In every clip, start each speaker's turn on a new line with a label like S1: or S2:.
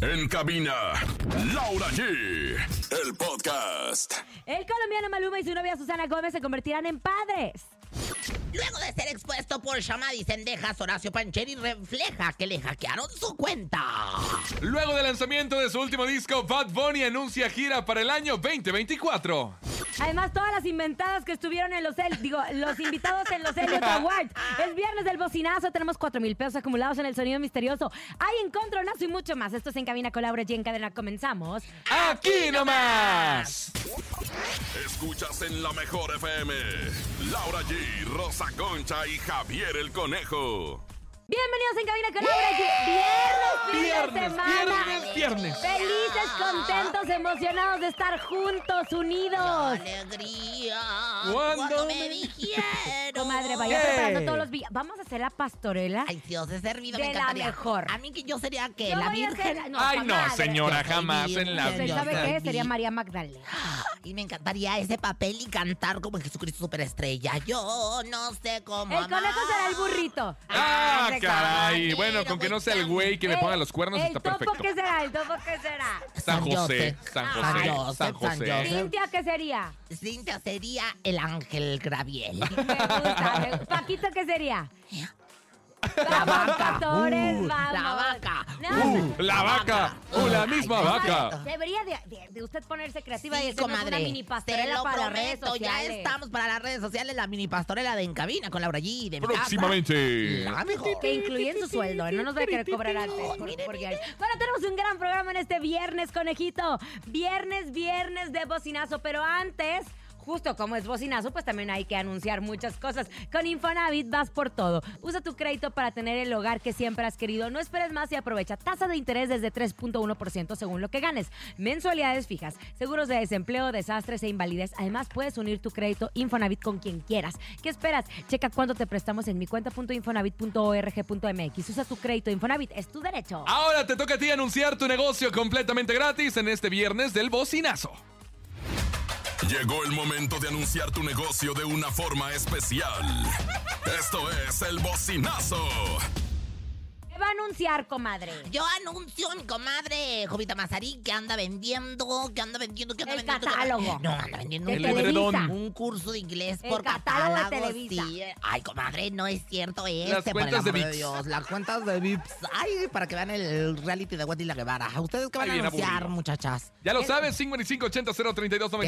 S1: En cabina, Laura G. El podcast.
S2: El colombiano Maluma y su novia Susana Gómez se convertirán en padres.
S3: Luego de ser expuesto por llamadas y cendejas, Horacio Pancheri refleja que le hackearon su cuenta.
S4: Luego del lanzamiento de su último disco, Bad Bunny anuncia gira para el año 2024.
S2: Además, todas las inventadas que estuvieron en los El- digo, los invitados en los Elliot Awards. Es viernes del bocinazo, tenemos 4 mil pesos acumulados en el sonido misterioso. Hay encontronazo y mucho más. Esto es En Cabina con Laura G. En cadena comenzamos.
S4: ¡Aquí nomás!
S1: Escuchas en la mejor FM. Laura G, Rosa Concha y Javier el Conejo.
S2: Bienvenidos a En Cabina con Laura G. Viernes, fin de
S4: Viernes,
S2: semana.
S4: viernes, viernes.
S2: Felices, contentos, emocionados de estar juntos, unidos.
S3: Alegría.
S4: Cuando
S3: Cuando me
S4: me-
S3: dijeron.
S2: Comadre, vaya
S4: Hey.
S2: preparando todos los villas. Vamos a hacer la pastorela.
S3: Ay, Dios, ese servido me
S2: De la
S3: encantaría.
S2: mejor.
S3: A mí que yo sería que
S2: Yo
S3: la
S2: voy a
S3: virgen.
S2: hacer-
S4: Ay, no,
S2: comadre.
S4: señora,
S3: Yo soy
S4: jamás en la
S2: Usted
S3: virgen,
S4: vida.
S2: sabe
S3: yo soy
S2: qué sería
S3: virgen.
S2: María Magdalena.
S3: Y me encantaría ese papel y cantar como en Jesucristo Superestrella. Yo no sé cómo.
S2: El conejo
S3: amar.
S2: será el burrito.
S4: ¡Ah,
S3: ese
S4: caray!
S3: caballero,
S4: Bueno, pues con que no sea el güey que le
S2: Eh,
S4: ponga los cuernos
S2: el
S4: está
S2: topo
S4: perfecto.
S2: ¿Qué será? ¿El topo qué será?
S4: San José,
S3: Joseph.
S4: San
S3: San
S4: José,
S3: Joseph,
S4: San
S3: San
S4: José.
S3: Joseph.
S2: ¿Cintia qué sería?
S3: Cintia sería el ángel Graviel.
S2: Me gusta. me- ¿Paquito qué sería? La vaca. Torres, vamos.
S3: la vaca.
S2: No,
S4: ¡Uh, la vaca! ¡Uh, la misma
S3: Ay,
S4: vaca!
S3: exacto.
S2: Debería de, de- de usted ponerse creativa y
S3: Sí,
S2: hacernos una mini
S3: comadre, te
S2: pastorela
S3: lo
S2: para las redes
S3: prometo, ya
S2: sociales.
S3: estamos para las redes sociales, la mini pastorela de Encabina con Laura G. De mi casa.
S4: Próximamente.
S3: La mejor.
S2: Que incluyen su sueldo, ¿eh? no nos va a querer cobrar antes. por- por guiar. Bueno, tenemos un gran programa en este viernes, conejito. Viernes, viernes de bocinazo, pero antes. Justo como es bocinazo, pues también hay que anunciar muchas cosas. Con Infonavit vas por todo. Usa tu crédito para tener el hogar que siempre has querido. No esperes más y aprovecha. Tasa de interés desde 3.1% según lo que ganes. Mensualidades fijas, seguros de desempleo, desastres e invalidez. Además, puedes unir tu crédito Infonavit con quien quieras. ¿Qué esperas? Checa cuánto te prestamos en mi cuenta.infonavit.org.mx. Usa tu crédito Infonavit, es tu derecho.
S4: Ahora te toca a ti anunciar tu negocio completamente gratis en este viernes del bocinazo.
S1: Llegó el momento de anunciar tu negocio de una forma especial. Esto es el bocinazo.
S2: ¿Qué va a anunciar, comadre?
S3: Yo anuncio a mi comadre Jovita Mazari que anda vendiendo, que anda vendiendo, que anda
S2: El
S3: vendiendo.
S2: catálogo.
S3: No, anda vendiendo
S2: De
S4: El
S3: un,
S4: libredón.
S2: Televisa.
S3: un curso de inglés
S2: El
S3: por
S2: catálogo de
S3: catálogo.
S2: Televisa.
S3: sí. Ay, comadre, no es cierto este,
S4: Las
S3: por el
S4: cuentas de
S3: amor
S4: Vips.
S3: Dios. Las cuentas de Vips. Ay, para que vean el reality de Wendy La Guevara. ¿Ustedes qué van
S4: Ay,
S3: a
S4: bien
S3: anunciar,
S4: aburrido.
S3: muchachas?
S4: Ya lo sabes, 55 80 032 977 y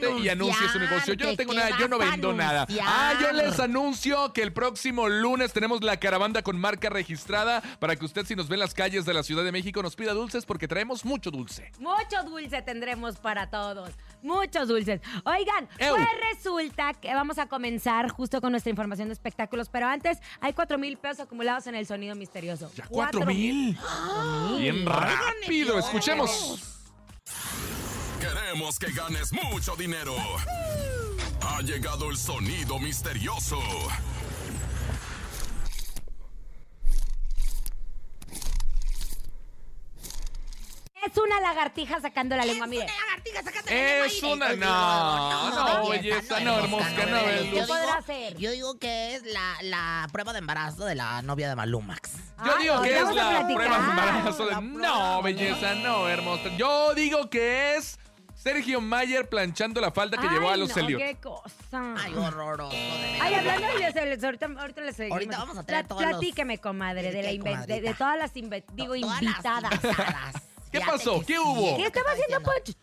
S3: ¿De qué van a
S4: anuncia su negocio. Yo no
S3: anunciar?
S4: tengo
S3: ¿De
S4: nada,
S3: qué
S4: yo no
S3: vas a
S4: vendo nada.
S3: anunciar?
S4: Ah, yo les anuncio que el próximo lunes tenemos la caravana con marca registrada para que usted si nos ve en las calles de la Ciudad de México nos pida dulces porque traemos mucho dulce.
S2: Mucho dulce tendremos para todos. Muchos dulces. Oigan,
S4: ¡Ew!
S2: pues resulta que vamos a comenzar justo con nuestra información de espectáculos, pero antes hay 4 mil pesos acumulados en el sonido misterioso.
S4: Ya
S2: Cuatro
S4: 4 mil. ¡Ah! Bien rápido, escuchemos.
S1: Queremos que ganes mucho dinero. Ha llegado el sonido misterioso.
S2: Es una lagartija sacando la lengua, mire.
S3: Es una lagartija, sácate la lengua,
S4: Es
S3: mire.
S4: una... No, no, belleza, no, hermosca, no,
S2: belleza.
S4: belleza.
S3: Yo
S2: ¿Qué podrá
S3: digo-
S2: hacer?
S3: Yo digo que es la, la prueba de embarazo de la novia de Malumax.
S4: Yo
S2: Ay,
S4: digo que
S2: ahorita
S4: es
S2: vamos a
S4: la
S2: platicar.
S4: prueba de embarazo de...
S3: La
S4: No,
S3: prueba.
S4: belleza, no, hermosa. Yo digo que es Sergio Mayer planchando la falda que
S2: Ay,
S4: llevó a los
S2: no,
S4: Elliot.
S2: qué cosa.
S3: Ay, horroroso. de
S2: Ay,
S3: verdad.
S2: hablando de los Elliot, ahorita, ahorita les seguimos.
S3: Ahorita vamos a tener
S2: Pla-
S3: todos los-
S2: Platíqueme, comadre, de, la
S3: ¿Qué,
S2: inve- de- de,
S3: comadrita?
S2: todas las, inve- digo,
S3: Todas las
S2: invitadas.
S3: invitadas.
S4: ¿Qué
S3: Fíjate
S4: pasó?
S3: que
S4: ¿Qué
S3: sí,
S4: hubo?
S3: es
S2: ¿Qué
S3: lo que
S2: estaba haciendo Poncho?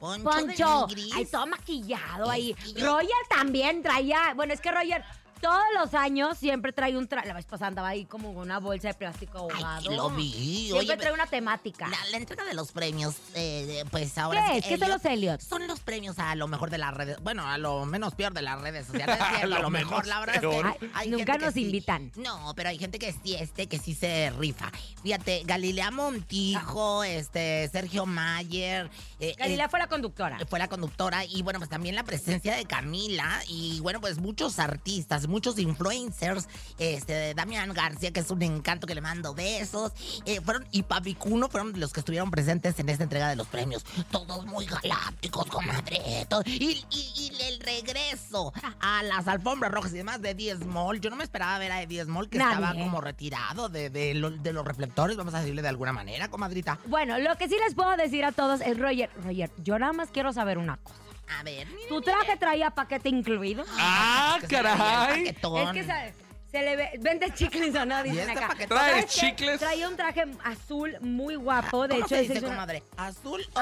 S3: Poncho?
S2: Poncho,
S3: de Nigris.
S2: ahí todo maquillado ahí.
S3: Es que yo-
S2: Roger también traía, bueno, es que Roger todos los años siempre trae un traje, la vez pasada andaba ahí como con una bolsa de plástico
S3: Ay,
S2: ahogado.
S3: lo vi.
S2: Siempre
S3: Oye,
S2: trae una temática.
S3: La, la entrega de los premios, eh, pues ahora.
S2: ¿Qué
S3: sí
S2: es? ¿Qué son
S3: Elliot-
S2: los Elliot?
S3: Son los premios a lo mejor de las redes. Bueno, a lo menos peor de las redes sociales.
S4: A
S3: es cierto, a
S4: lo
S3: lo, mejor,
S4: menos
S3: la verdad. es que
S4: peor.
S2: Ay,
S3: hay
S2: nunca
S3: gente que
S2: nos
S3: sí-
S2: invitan.
S3: No, pero hay gente que sí, este, que sí se rifa. Fíjate, Galilea Montijo, este, Sergio Mayer. eh,
S2: Galilea
S3: eh,
S2: fue la conductora.
S3: fue la conductora y bueno, pues también la presencia de Camila y bueno, pues muchos artistas, pues muchos influencers, este, Damián García, que es un encanto que le mando besos, eh, fueron, y Papi Cuno fueron los que estuvieron presentes en esta entrega de los premios. Todos muy galácticos, comadre. to- Y, y- y el regreso a las alfombras rojas y demás de 10 Mall. Yo no me esperaba ver a Eddie Mall, que
S2: Nadie.
S3: estaba como retirado de, de lo- de los reflectores, vamos a decirle de alguna manera, comadrita.
S2: Bueno, lo que sí les puedo decir a todos es, Roger, Roger, yo nada más quiero saber una cosa.
S3: A ver, mira,
S2: ¿Tu traje traía paquete incluido?
S4: ¡Ah,
S3: que se veía el
S4: caray!
S3: paquetón.
S2: Es que, ¿sabes? Se le ve, vende chicles o no, dicen
S3: este
S2: acá.
S3: paquetón?
S4: ¿Traes
S2: ¿Sabes qué?
S4: chicles?
S2: Traía un traje azul muy guapo. De
S3: ¿Cómo
S2: hecho,
S3: se
S2: ese
S3: dice,
S2: es una-
S3: comadre? ¿Azul o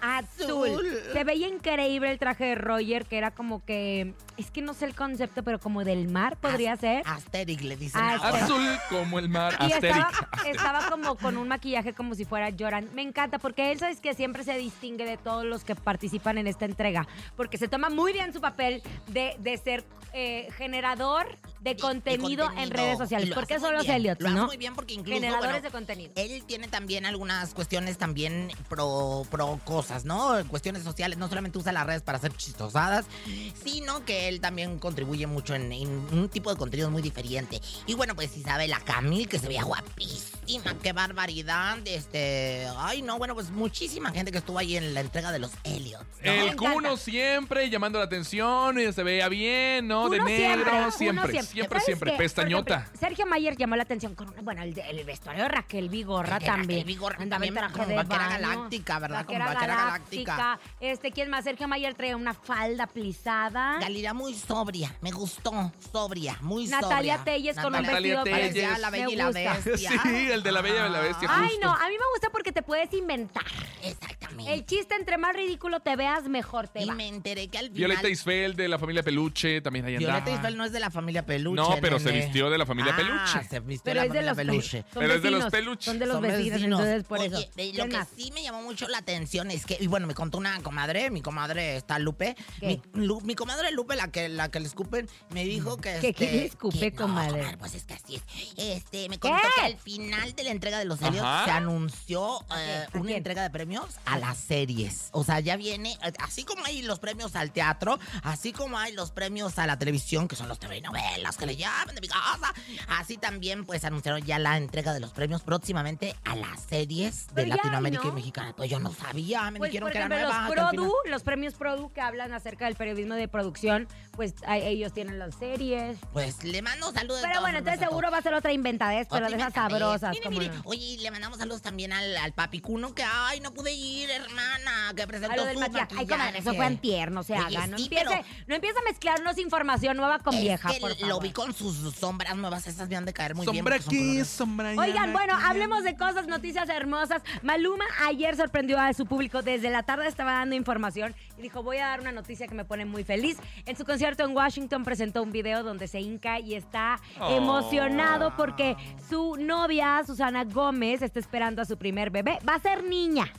S2: azul. Se veía increíble el traje de Roger, que era como que. Es que no sé el concepto, pero como del mar podría
S3: Az-
S2: ser.
S3: Asterix le dicen.
S2: Ah,
S3: ahora.
S4: Azul como el mar.
S2: Y
S4: Asterix.
S2: estaba, estaba como con un maquillaje como si fuera Joran. Me encanta porque él, sabes que siempre se distingue de todos los que participan en esta entrega. Porque se toma muy bien su papel de, de ser eh, generador de
S3: Y- y
S2: contenido, en redes
S3: Y
S2: sociales.
S3: lo
S2: Porque
S3: hace muy
S2: son los
S3: bien.
S2: Elliot,
S3: Lo hace
S2: ¿no?
S3: muy bien porque incluso,
S2: Generadores
S3: bueno,
S2: de contenido.
S3: Él tiene también algunas cuestiones también pro, pro cosas, ¿no? Cuestiones sociales. No solamente usa las redes para hacer chistosadas, sino que él también contribuye mucho en, en un tipo de contenido muy diferente. Y bueno, pues Isabela Camil, que se veía guapísima. ¡Qué barbaridad! Este, ay, no, bueno, pues muchísima gente que estuvo ahí en la entrega de los Elliot.
S4: El
S2: Me encanta.
S4: cuno siempre llamando la atención, eh, se veía bien, ¿no? De
S2: Uno
S4: negro,
S2: uno
S4: siempre, siempre, siempre,
S2: ¿Sabes qué?
S4: pestañota.
S2: Por ejemplo, Sergio Mayer llamó la atención con una, bueno, el, de- el vestuario de Raquel Vigorra
S3: El de Raquel
S2: también.
S3: Vigorra
S2: Andaba en
S3: también
S2: traje
S3: con
S2: de
S3: vaquera
S2: baño,
S3: galáctica, ¿verdad? Con vaquera galáctica.
S2: Este, ¿quién más? Sergio Mayer traía una falda plisada.
S3: Galilea muy sobria, me gustó, sobria, muy sobria.
S2: Natalia Telles con un vestido
S4: Natalia Telles.
S2: precioso.
S3: la
S2: Me
S3: bella y la
S2: gusta.
S3: bestia.
S4: Sí, el de la Bella y la Bestia.
S2: Ay,
S4: justo.
S2: no, a mí me gusta porque te puedes inventar.
S3: Exactamente.
S2: El chiste, entre más ridículo te veas, mejor te
S3: y
S2: va.
S3: me enteré que al final...
S4: Violeta Isfel de la familia Peluche también ahí andaba.
S3: Violeta Isfel no es de la familia Peluche.
S4: No, pero se
S3: nene.
S4: vistió de la familia
S3: Ah,
S4: Peluche.
S3: se vistió
S2: Pero
S3: de
S2: es
S3: la
S2: de
S3: familia
S2: los
S3: Peluche.
S2: son
S4: Pero es de los
S2: vecinos,
S4: peluches.
S2: Son de los
S3: Son
S2: vecinos,
S3: vecinos.
S2: entonces por
S3: Oye,
S2: eso.
S3: de lo
S2: ¿Quién
S3: que
S2: más?
S3: sí me llamó mucho la atención es que, y bueno, me contó una comadre, mi comadre está Lupe.
S2: ¿Qué?
S3: Mi, Lu- mi comadre Lupe, la que, la que le escupen, me dijo que.
S2: ¿Qué-
S3: este,
S2: qué le escupe,
S3: que- no,
S2: comadre?
S3: Pues es que así es. Este, me contó
S2: ¿Qué?
S3: que al final de la entrega de los Helios
S4: Ajá.
S3: se anunció eh,
S2: ¿A
S3: una
S2: quién?
S3: entrega de premios a las series. O sea, ya viene, eh, así como hay los premios al teatro, así como hay los premios a la televisión, que son los telenovelas que le llaman de mi casa, así también pues anunciaron ya la entrega de los premios próximamente a las series de
S2: Pero ya hay,
S3: Latinoamérica
S2: ¿no?
S3: y Mexicana. Pues yo no sabía, me
S2: Pues,
S3: dijeron
S2: por
S3: que era
S2: ejemplo,
S3: nueva.
S2: los
S3: que al
S2: Produ,
S3: final-
S2: los premios Produ que hablan acerca del periodismo de producción, pues a- ellos tienen las series.
S3: Pues le mando saludos. de
S2: Pero bueno,
S3: todos modos a
S2: entonces
S3: todos.
S2: seguro va a ser otra inventadez, pero de
S3: Otra
S2: esas
S3: vez.
S2: sabrosas.
S3: Mire,
S2: como
S3: mire.
S2: no.
S3: Oye, y le mandamos saludos también al, al papi Cuno, que ay, no pude ir, hermana, que presentó
S2: A lo del
S3: su
S2: maquillaje. Ay, comadre, eso
S3: maquillaje.
S2: fue antier, no se
S3: Oye,
S2: haga. No,
S3: sí,
S2: empiece,
S3: pero-
S2: no empiece a mezclarnos información nueva con
S3: Es
S2: vieja,
S3: que
S2: por favor.
S3: lo vi con sus sus sombras nuevas, esas me han de caer muy
S4: sombra
S3: bien. porque son
S4: aquí,
S3: colores.
S4: sombra allá,
S2: Oigan, bueno,
S4: aquí.
S2: hablemos de cosas, noticias hermosas. Maluma ayer sorprendió a su público. Desde la tarde estaba dando información y dijo, voy a dar una noticia que me pone muy feliz. En su concierto en Washington presentó un video donde se hinca y está
S4: Oh.
S2: emocionado porque su novia, Susana Gómez, está esperando a su primer bebé. Va a ser niña.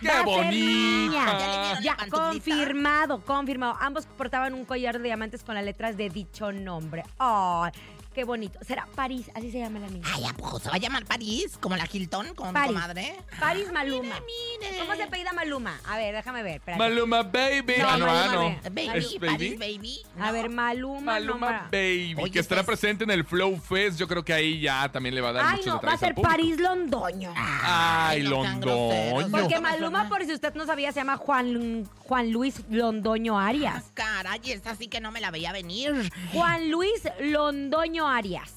S4: ¡Qué
S2: Va a ser
S4: bonita!
S2: niña.
S3: ¿Ya le vieron la
S2: Ya,
S3: pantuflita?
S2: confirmado, confirmado. Ambos portaban un collar de diamantes con las letras de dicho nombre. ¡Ay, qué bonito! Será París, así se llama la niña.
S3: Ay, ¿a poco se va a llamar París? Como la Hilton con
S2: París.
S3: tu madre.
S2: París Maluma.
S3: Mire.
S2: ¿Cómo se pedida Maluma? A ver, déjame ver. espérate.
S4: Maluma Baby.
S2: No,
S4: ah, no, ah,
S2: Maluma
S4: no.
S3: Baby,
S4: ¿Es
S3: París,
S4: baby?
S3: baby.
S2: A ver, Maluma.
S4: Maluma
S2: nombra-
S4: Baby,
S3: Oye,
S4: que estará
S3: pues-
S4: presente en el Flow Fest. Yo creo que ahí ya también le va a dar
S2: Ay,
S4: muchos
S2: no, va a
S4: detalles al
S2: ser
S4: público.
S2: París Londoño.
S4: Ay,
S3: no sean
S4: Londoño.
S3: groseros.
S2: Porque
S3: Ah, No. Ah.
S2: Maluma, por si usted no sabía, se llama Juan, Juan Luis Londoño
S3: Ah,
S2: Arias.
S3: Caray, esa sí que no me la veía venir.
S2: Juan Luis Londoño Arias.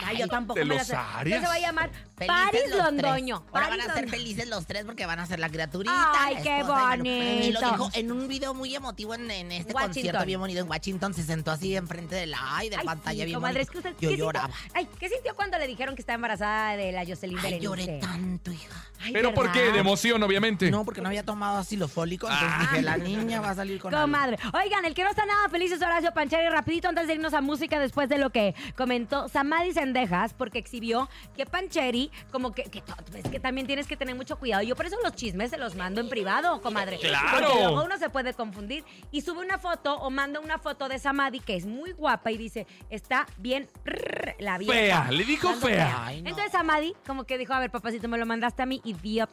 S2: Ay, yo tampoco
S4: de
S2: me la
S4: los
S2: sé.
S4: Arias.
S2: Entonces se va a llamar
S3: Felices
S2: París
S3: los
S2: Londoño.
S3: tres. Ahora
S2: París
S3: van a ser
S2: Londoño.
S3: felices los tres porque van a ser la criaturita.
S2: Ay,
S3: la
S2: qué
S3: esposa y Maluma. Y
S2: bonito.
S3: lo dijo en un video muy emotivo en, en este
S2: Washington.
S3: concierto bien bonito en Washington. Se sentó así enfrente de la ay, de la
S2: Ay,
S3: pantalla
S2: sí,
S3: bien
S2: comadre, es
S3: bonito.
S2: que usted-
S3: Yo
S2: ¿qué
S3: lloraba.
S2: Sintió? Ay, ¿qué sintió cuando le dijeron que está embarazada de la Jocelyn
S3: Ay, lloré
S2: Berenice?
S3: tanto, hija.
S2: Ay,
S4: Pero ¿por qué?
S2: ¿verdad?
S4: De emoción, obviamente.
S3: No, porque no había tomado así los fólicos. Entonces
S4: Ah.
S3: dije, la niña va a salir con algo.
S2: Comadre. Oigan, el que no está nada feliz es Horacio Panchero. Y rapidito, antes de irnos a música, después de lo que comentó acusó Samadhi Sendejas porque exhibió que Pancheri, como que, que to- es que también tienes que tener mucho cuidado. Yo por eso los chismes se los mando en privado, comadre.
S4: ¡Claro!
S2: Porque luego uno se puede confundir. Y sube una foto o manda una foto de Samadhi que es muy guapa y dice, está bien rrr, la vieja.
S4: Fea, le dijo
S2: Ando
S4: fea.
S3: Ay, no.
S2: Entonces Amadi como que dijo, a ver, papacito, me lo mandaste a mí, idiot.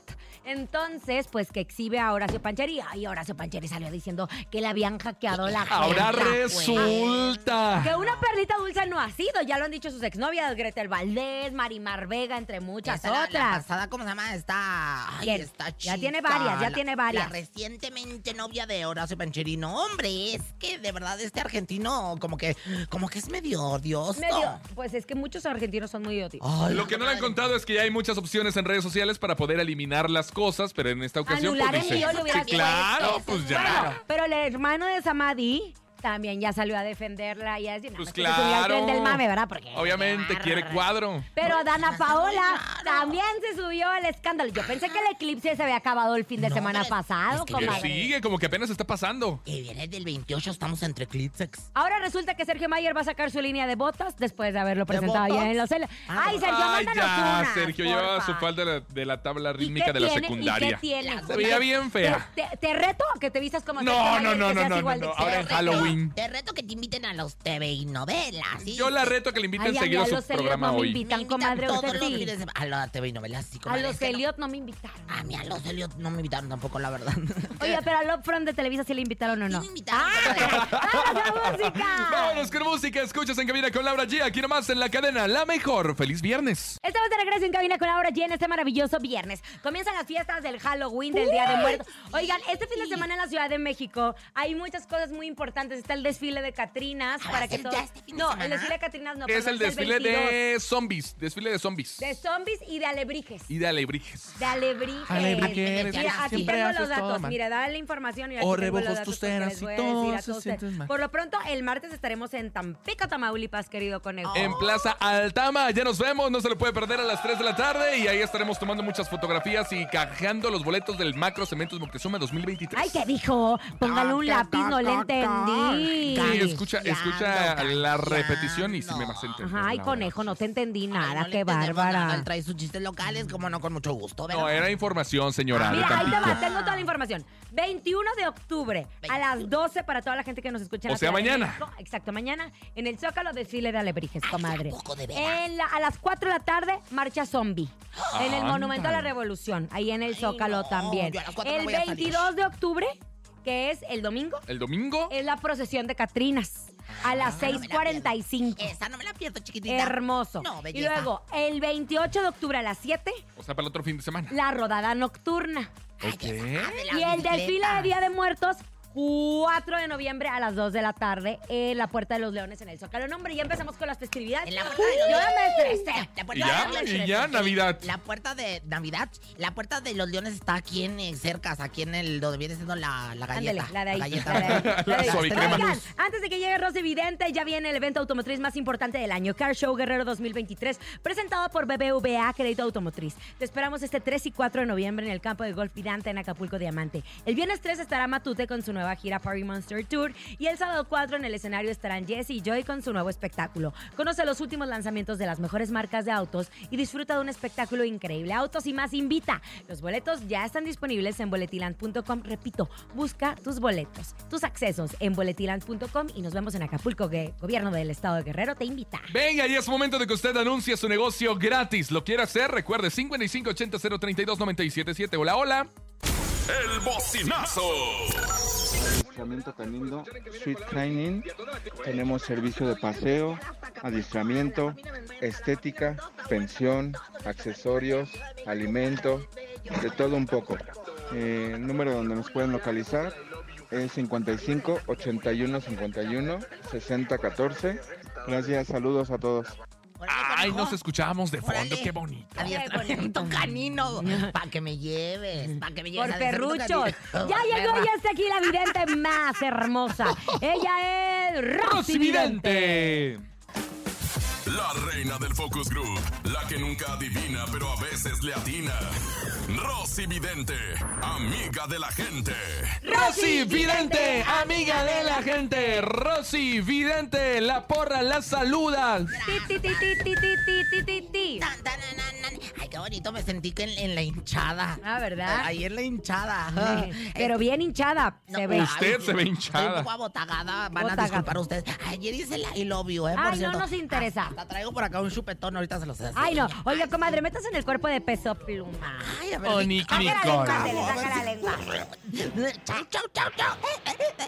S2: Entonces, pues que exhibe a Horacio Pancheri. Ay, Horacio Pancheri salió diciendo que le habían hackeado la
S4: Ahora
S2: cuenta. pues. Que
S4: resulta.
S2: una perlita dulce no ha sido, ya lo han dicho sus exnovias, Gretel Valdés, Marimar Vega, entre muchas
S3: Esa era la
S2: otras.
S3: pasada, ¿cómo se llama? Está. Ay,
S2: ¿Quién?
S3: está
S2: Ya
S3: chica.
S2: tiene varias, ya
S3: La-
S2: tiene varias.
S3: La recientemente novia de Horacio Pancherino. Hombre, es que de verdad este argentino, como que, como que es medio odioso.
S2: Medio- pues es que muchos argentinos son muy odiosos.
S3: Ay,
S4: Lo que no le han
S3: madre.
S4: contado es que ya hay muchas opciones en redes sociales para poder eliminar las cosas, pero en esta ocasión
S2: Anular el
S4: pues, dice,
S2: mío, le hubiera
S4: sí,
S2: dicho
S4: claro,
S3: eso,
S4: pues
S2: Bueno,
S4: ya.
S2: pero el hermano de Samadhi también ya salió a defenderla y a decir, "No,
S4: Pues
S2: es que se subió al tren
S4: claro.
S2: del mame, ¿verdad? Porque
S4: Obviamente quiere cuadro.
S2: Pero Dana Paola
S3: muy raro.
S2: también se subió al escándalo. Yo pensé que el eclipse se había acabado el fin de
S3: No,
S2: semana
S3: hombre,
S2: pasado,
S3: es que-
S4: Pero
S2: comadre.
S4: sigue, como que apenas está pasando.
S3: Que viene del 28, estamos entre Clitsex.
S2: Ahora resulta que Sergio Mayer va a sacar su línea de botas después de haberlo presentado
S3: botas?
S2: ya en los... L.
S3: Ah,
S2: ¡Ay, Sergio,
S4: Ay,
S2: mándanos
S4: ya,
S2: una,
S4: Sergio
S2: porfa.
S4: llevaba su falda de la, de la tabla
S2: ¿Y
S4: rítmica
S2: qué
S4: de la
S2: tiene? ¿Y
S4: secundaria.
S2: qué tiene?
S4: Se veía bien fea.
S2: Te, te- te reto a que te vistas como
S4: No,
S2: Sergio
S4: no,
S2: Mayer,
S4: no,
S2: que
S4: no,
S2: seas
S4: no,
S2: igual
S4: no,
S2: de
S4: no. Ahora
S2: fea.
S4: en Halloween.
S3: Te reto que te inviten a los TV y novelas. ¿sí?
S4: Yo la reto a que le
S2: Ay,
S4: inviten
S2: a mí
S4: seguido
S2: a
S4: a su
S2: los Elliot
S4: programa
S2: no me
S4: hoy.
S2: invitan.
S3: Me invitan
S2: comadre,
S3: todos
S2: usted
S3: los
S2: sí.
S3: fines de- A la TV y novelas, sí,
S2: A
S3: comadre, es
S2: los
S3: que no-
S2: Elliot no me invitaron.
S4: Ah,
S3: A mí a los Elliot no me invitaron tampoco, la verdad.
S2: Oye, pero al Upfront de Televisa sí le invitaron o
S3: Sí
S2: no.
S3: me invitaron, comadre.
S2: ¡Vámonos a música!
S4: Vámonos con música, escuchas en cabina con Laura G, aquí nomás en la cadena, la mejor. ¡Feliz viernes!
S2: Estamos de regreso en cabina con Laura G en este maravilloso viernes. Comienzan las fiestas del Halloween, del Día de Muertos. Oigan, este fin de semana en la Ciudad de México hay muchas cosas muy importantes. Está el desfile de Catrinas
S3: Ah, ¿va a
S2: para que
S3: ser
S2: todos...
S3: ya este fin de
S2: no, el
S3: semana?
S2: desfile de Catrinas no.
S4: es
S2: perdón,
S4: el desfile
S2: 22.
S4: de zombies, desfile de zombies.
S2: De zombies y de alebrijes.
S4: y de alebrijes.
S2: De alebrijes.
S4: Alebrijes,
S2: Mira, aquí
S4: siempre
S2: tengo
S4: haces
S2: los datos.
S4: todo mal.
S2: Mira, dale la información y aquí tengo
S4: O
S2: los
S4: rebujos
S2: datos
S4: tus
S2: porque
S4: teras
S2: les
S4: y
S2: voy a decir a
S4: todo se
S2: todos
S4: siente
S2: ustedes.
S4: mal.
S2: Por lo pronto, el martes estaremos en Tampico, Tamaulipas, querido conejo.
S4: En Plaza Altama, ya nos vemos, no se lo puede perder a las 3 de la tarde y ahí estaremos tomando muchas fotografías y cajando los boletos del Macro Cementos Moctezuma 2023.
S2: Ay, ¿qué dijo? Póngale un lápiz, no le entendí.
S4: Sí, escucha, escucha
S3: Cambiando,
S4: la
S3: cambiando.
S4: repetición y si me vas a
S3: pues,
S4: entender.
S2: Ajá, ay,
S4: Laura.
S2: conejo, no te entendí
S3: Ay,
S2: nada,
S3: no le
S2: qué
S3: entendemos nada,
S2: bárbara.
S3: Él trae sus chistes locales, como no, con mucho gusto, ¿verdad?
S4: No, era información,
S2: Ah,
S4: señora. de
S2: Mira, ahí te
S4: Tampico.
S2: va, tengo toda la información. 21 de octubre a las 12 para toda la gente que nos escucha. en
S4: O
S2: la
S4: sea,
S2: Ciudad de
S4: mañana.
S2: México. Exacto, mañana en el Zócalo desfile de alebrijes, comadre.
S3: poco de veras? Ah,
S2: En la- a las 4 de la tarde, marcha zombie. En el
S4: Ándale.
S2: Monumento a la Revolución, ahí en el
S3: Ay,
S2: Zócalo
S3: no,
S2: también.
S3: yo a las cuatro no
S2: El
S3: voy a salir.
S2: 22 de octubre, que es el domingo,
S4: El domingo.
S2: es la procesión de Catrinas a las
S3: Ah, no me la pierdo.
S2: 6.45.
S3: Esa no me la pierdo, chiquitita.
S2: Hermoso.
S3: No,
S2: y
S3: belleza.
S2: luego, el 28 de octubre a las 7,
S4: O sea, para el otro fin de semana.
S2: la rodada nocturna.
S3: Ay, qué
S4: Ok.
S3: padre, la
S2: y el desfile
S3: bicicleta.
S2: de Día de Muertos, 4 de noviembre a las 2 de la tarde en la Puerta de los Leones en el Zócalo. No, hombre, ya empezamos con las festividades.
S3: En la puerta de los
S2: Yo
S3: leones.
S2: ya me estresé.
S3: La
S4: Y
S3: puerta de
S4: ya,
S3: los leones.
S4: y ya, Navidad.
S3: La puerta de Navidad. La puerta de los leones está aquí en eh, cercas, aquí en el donde viene siendo la, la
S2: Ándale,
S3: galleta.
S2: la de ahí.
S3: galleta.
S2: la de ahí, la de ahí.
S4: La suavicrema.
S2: Oigan, antes de que llegue Rosy Vidente, ya viene el evento automotriz más importante del año, Car Show Guerrero 2023, presentado por BBVA Crédito Automotriz. Te esperamos este 3 y 4 de noviembre en el campo de golf Vidante en Acapulco Diamante. El viernes 3 estará Matute con su nueva gira Party Monster Tour y el sábado 4 en el escenario estarán Jesse y Joy con su nuevo espectáculo. Conoce los últimos lanzamientos de las mejores marcas de autos y disfruta de un espectáculo increíble. Autos y más invita. Los boletos ya están disponibles en boletiland.com. Repito, busca tus boletos, tus accesos en boletiland.com y nos vemos en Acapulco, que Gobierno del Estado de Guerrero te invita.
S4: Venga, ya es momento de que usted anuncie su negocio gratis. ¿Lo quiere hacer? Recuerde 5580 032 977. Hola, hola.
S1: El bocinazo.
S5: Ayuntamiento Canindo, Sweet Training, tenemos servicio de paseo, adiestramiento, estética, pensión, accesorios, alimento, de todo un poco. Eh, el número donde nos pueden localizar es 55 81 51 60 14. Gracias, saludos a todos.
S3: Órale,
S4: Ay,
S3: conejo.
S4: nos escuchamos de fondo.
S3: Órale.
S4: Qué bonito.
S3: Adiestramiento canino. Para que me lleves. Para que me lleves.
S2: Por
S3: adiestramiento
S2: perruchos.
S3: canino.
S2: Ya llegó y está aquí la vidente más hermosa. Ella es Rosy
S4: Rosy
S2: Vidente.
S4: Vidente.
S1: La reina del Focus Group. La que nunca adivina, pero a veces le atina. Rosy Rosy Vidente, amiga de la gente.
S4: Rosy Vidente, amiga de la gente. Rosy Vidente, la porra la saluda.
S2: Ti, ti, ti, ti, ti, ti, ti, ti, ti, ti.
S3: Tan, tan, nan, nan, nan. Ay, qué bonito me sentí que en, en la hinchada. Eh,
S2: Ah, ¿verdad?
S3: Ahí en la hinchada. Eh,
S2: Pero bien hinchada.
S3: Ah, No, pues,
S2: se ve.
S3: ay,
S4: Usted se ve hinchada.
S3: Estoy un poco abotagada. Van
S2: Botagada.
S3: a disculpar ustedes. Ayer hice la I love you, ¿eh? Por
S2: Ay, no
S3: cierto.
S2: nos interesa.
S3: Hasta traigo por acá un chupetón. Ahorita se los hace.
S2: Ay, no. Oiga, comadre, métase en el cuerpo de peso pluma.
S3: Ay, a ver.
S4: Oh,
S3: di-
S4: Nick,
S3: a ver,
S4: Nick.
S2: Saca la
S4: Nicole.
S2: lengua, se le saca la lengua.
S3: Chau, chau, chau, chau.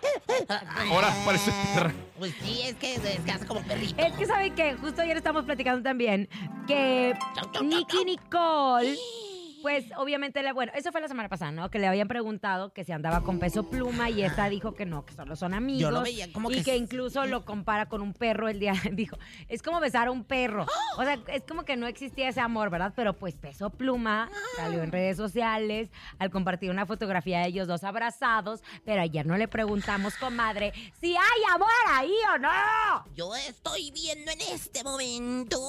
S4: Ahora parece perra.
S3: Pues sí, es que, es que hace como perrito.
S2: Es que, ¿saben qué? Justo ayer estamos platicando también que
S3: Chau, chau,
S2: Nicky
S3: chau, chau.
S2: Nicole... Pues obviamente, le- bueno, eso fue la semana pasada, ¿no? Que le habían preguntado que si andaba con peso pluma y esta dijo que no, que solo son amigos.
S3: Yo lo veía como
S2: y
S3: que ¿Mm?
S2: que
S3: es-
S2: incluso lo compara con un perro el día, dijo, es como besar a un perro.
S3: ¡Oh!
S2: O sea, es como que no existía ese amor, ¿verdad? Pero pues peso pluma
S3: Ah.
S2: salió en redes sociales al compartir una fotografía de ellos dos abrazados, pero ayer no le preguntamos, comadre, si hay amor ahí o no.
S3: Yo estoy viendo en este momento.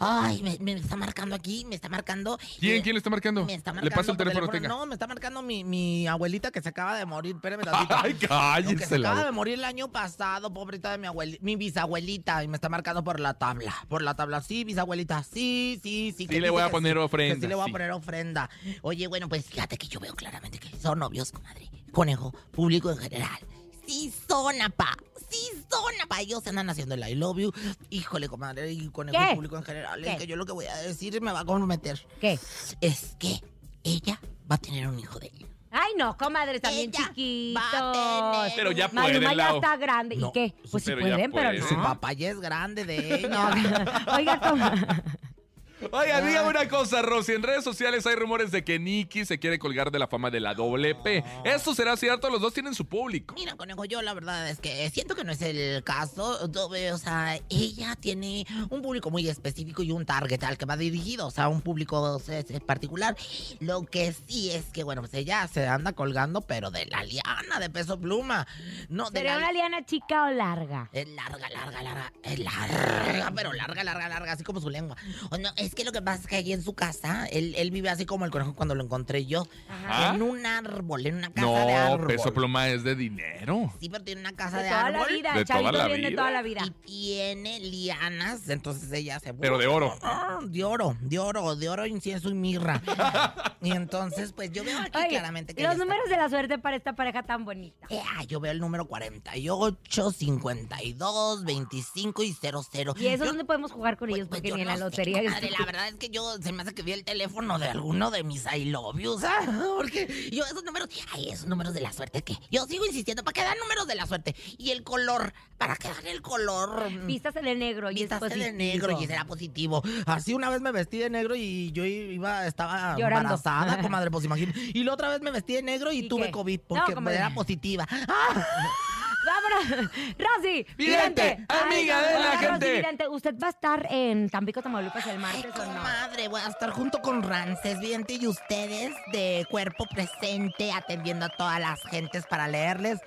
S3: Ay, me, me está marcando aquí, me está marcando.
S4: ¿Quién,
S3: Eh,
S4: quién le está marcando?
S3: Me está
S4: le
S3: marcando
S4: paso el
S3: por
S4: teléfono, tenga.
S3: No, me está marcando mi, mi abuelita que se acaba de morir. Espérame tantito.
S4: Ay,
S3: No, que se
S4: cállese la
S3: acaba
S4: boca.
S3: de morir el año pasado, pobreta de mi abuelita, mi bisabuelita, y me está marcando por la tabla, por la tabla, sí, bisabuelita, sí, sí, sí. que
S4: le
S3: dice
S4: voy a
S3: que
S4: poner
S3: sí, que
S4: ofrenda,
S3: Sí, le voy
S4: sí.
S3: a poner ofrenda. Oye, bueno, pues fíjate que yo veo claramente que son novios, comadre, conejo, público en general. Sí son, apa, sí son, apa. Ellos andan haciendo el I love you. Híjole, comadre, y conejo,
S2: ¿Qué?
S3: y público en general,
S2: ¿Qué?
S3: es que yo lo que voy a decir me va a comprometer.
S2: ¿Qué?
S3: Es que ella va a tener un hijo de éella.
S2: Ay, no, comadre, también
S3: Ella va a
S2: chiquitos.
S3: tener
S4: Pero ya pueden,
S2: Maluma ya
S4: Lau.
S2: está grande. ¿Y
S3: No,
S2: qué? Pues sí
S4: pero ya
S2: pueden, pero
S4: pueden.
S3: Su
S2: no.
S3: papá ya es grande de ella.
S2: Oiga, comadre.
S4: Oiga, dígame una cosa, Rosy. En redes sociales hay rumores de que Nicky se quiere colgar de la fama de la doble P.
S3: Ah.
S4: ¿Esto será cierto? Los dos tienen su público.
S3: Mira, conejo, yo la verdad es que siento que no es el caso. Yo veo, O sea, ella tiene un público muy específico y un target al que va dirigido, o sea, un público o sea, es- es particular. Lo que sí es que, bueno, pues ella se anda colgando, pero de la liana de peso pluma. No, de
S2: ¿Sería
S3: la
S2: una liana chica o larga?
S3: es larga, larga, larga. Es larga, pero larga, larga, larga, así como su lengua. O no, es que lo que pasa es que ahí en su casa, él, él vive así como el conejo cuando lo encontré yo.
S4: Ajá.
S3: En un árbol, en una casa de
S4: No,
S3: árbol.
S4: peso pluma es de dinero.
S3: Sí, pero tiene una casa
S2: De
S3: de,
S2: toda la
S3: árbol.
S2: vida.
S4: De
S2: Chavito
S4: toda la
S2: viene de
S4: vida.
S2: toda la vida.
S3: Y tiene lianas, entonces ella se...
S4: Pero de oro.
S3: Ah, De oro, de oro, de oro, incienso y mirra. y entonces, pues yo veo aquí
S2: Oye,
S3: claramente que...
S2: los
S3: ella está-
S2: números de la suerte para esta pareja tan bonita.
S3: Eh, ah, yo veo el número 48, 52, 25 y 00.
S2: Y eso es
S3: Yo-
S2: donde podemos jugar con
S3: pues,
S2: ellos,
S3: pues,
S2: porque
S3: yo
S2: ni en la
S3: no sé,
S2: lotería. este.
S3: comadre, la verdad es que yo se me hace que vi el teléfono de alguno de mis I love yous, ¿ah? Porque yo esos números, ay, esos números de la suerte que yo sigo insistiendo para que dan números de la suerte y el color, para que dan el color. mm,
S2: Vístase de negro y es
S3: Vistas de
S2: positivo.
S3: negro y será positivo. Así una vez me vestí de negro y yo iba, estaba
S2: Llorando.
S3: embarazada, comadre, pues imagínate. Y la otra vez me vestí de negro y,
S2: ¿Y
S3: tuve
S2: qué?
S3: COVID
S2: No,
S3: porque
S2: comadre.
S3: era positiva. ¡Ah!
S2: ¡Vámonos! ¡Rosy!
S4: Vidente, amiga de la
S2: hola, Rosy
S4: gente.
S2: Vidente, ¿usted va a estar en Tampico, Tamaulipas el
S3: Ay,
S2: martes o no?
S3: comadre, voy a estar junto con Rances, Vidente y ustedes de cuerpo presente, atendiendo a todas las gentes para leerles.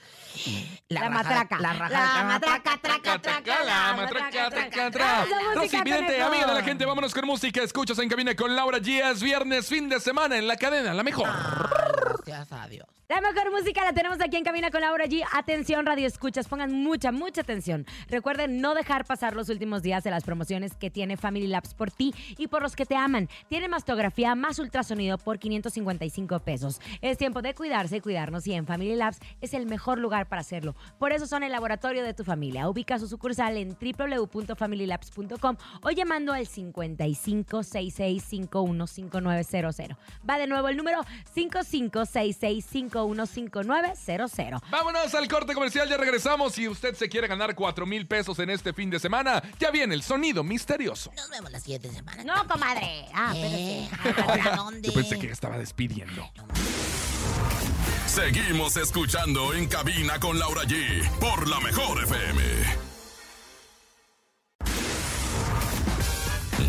S2: La
S3: raja-
S2: matraca.
S3: La raja
S2: La
S3: de-
S2: matraca, traca, traca, la matraca, traca,
S4: Ah,
S2: traca. Vamos,
S4: Rosy
S2: música,
S4: Vidente,
S2: conejo.
S4: amiga de la gente, vámonos con música. Escuchas en cabina con Laura G. Es viernes, fin de semana en la cadena, la mejor.
S3: Ay, gracias a Dios.
S2: La mejor música la tenemos aquí en Cabina con Laura G. Atención, radio escuchas, pongan mucha, mucha atención. Recuerden no dejar pasar los últimos días de las promociones que tiene Family Labs por ti y por los que te aman. Tiene mastografía más ultrasonido por 555 pesos. Es tiempo de cuidarse y cuidarnos y en Family Labs es el mejor lugar para hacerlo. Por eso son el laboratorio de tu familia. Ubica su sucursal en www.familylabs.com o llamando al 5566515900. Va de nuevo el número 5566515900.
S4: Vámonos al corte comercial, ya regresamos. Si usted se quiere ganar 4 mil pesos en este fin de semana, ya viene el sonido misterioso.
S3: Nos vemos la siguiente semana.
S2: No, comadre. Ah, pero sí.
S3: ¿Eh? ¿Ahora dónde?
S4: Yo pensé que ya estaba despidiendo.
S1: Seguimos escuchando en cabina con Laura G por la mejor FM.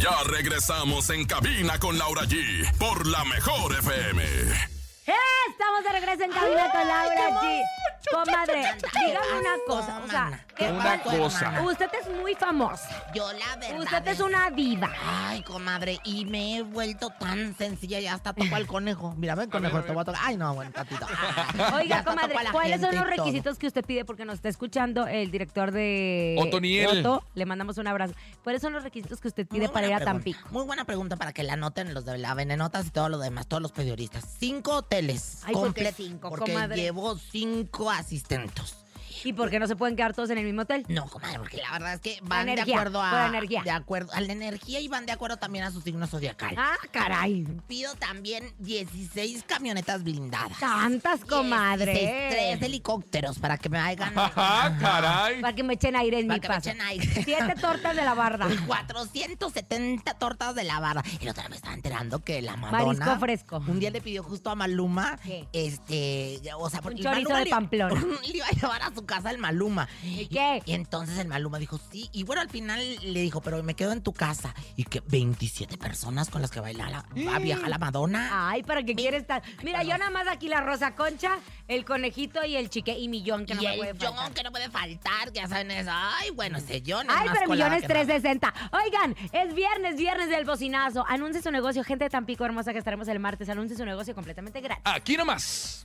S1: Ya regresamos en cabina con Laura G por la mejor FM.
S2: ¡Eh! Estamos de regreso en cabina con Laura G. Comadre, dígame una cosa. O sea, ¿qué
S4: Una
S2: tal-
S4: cosa.
S2: Usted es muy famosa.
S3: Yo la verdad.
S2: Usted es
S3: que-
S2: una diva.
S3: Ay, comadre, y me he vuelto tan sencilla y hasta toco al conejo. Mira, ven, conejo,
S4: ver, a
S3: te voy a tocar. Ay, no, bueno, tantito. Ah, ya
S2: Oiga,
S3: hasta
S2: comadre,
S3: toco a la
S2: ¿cuáles son
S3: gente
S2: los
S3: y todo.
S2: requisitos que usted pide? Porque nos está escuchando el director de
S4: Otoniel.
S2: Otto. Le mandamos un abrazo. ¿Cuáles son los requisitos que usted pide
S3: Muy
S2: para ir a
S3: buena pregunta.
S2: Tampico?
S3: Muy buena pregunta para que la anoten los de la venenotas y todo lo demás, todos los periodistas. Cinco hoteles.
S2: Ay, ¿por qué
S3: comple-
S2: cinco,
S3: Porque
S2: comadre?
S3: llevo cinco asistentes.
S2: ¿Y por qué no se pueden quedar todos en el mismo hotel?
S3: No, comadre, porque la verdad es que van de
S2: energía,
S3: acuerdo a.
S2: por energía.
S3: De acuerdo a la energía y van de acuerdo también a su signo zodiacal.
S2: Ah, caray.
S3: Pido también 16 camionetas blindadas.
S2: Tantas,
S3: Dieciséis,
S2: Ah, comadre.
S3: Tres helicópteros para que me hagan.
S4: Ajá, caray.
S2: Para que me echen aire en
S3: Para
S2: mi
S3: que me
S2: paso.
S3: echen aire.
S2: Siete tortas de la barda.
S3: 470 tortas de la barra. Y la otra me estaba enterando que la Madonna.
S2: Marisco fresco.
S3: Un día le pidió justo a Maluma,
S2: ¿Qué?
S3: este, o sea,
S2: Un
S3: porque
S2: chorizo
S3: Maluma
S2: de
S3: le-
S2: Pamplona.
S3: le iba a llevar a su casa el Maluma.
S2: ¿Y qué?
S3: Y entonces el Maluma dijo, sí. Y bueno, al final le dijo, pero me quedo en tu casa. Y que 27 personas con las que baila la, va a viajar la Madonna.
S2: Ay, para que quiere estar. Mira, yo nada más aquí la rosa concha, el conejito y el chique y millón que no
S3: y
S2: me puede
S3: el
S2: faltar.
S3: John, que no puede faltar, que ya saben eso. Ay, bueno, ese John es
S2: Ay,
S3: más
S2: pero
S3: colado
S2: millones
S3: que nada.
S2: 360. Oigan, es viernes, viernes del bocinazo. Anuncie su negocio, gente de Tampico hermosa que estaremos el martes. Anuncie su negocio completamente gratis.
S4: Aquí nomás.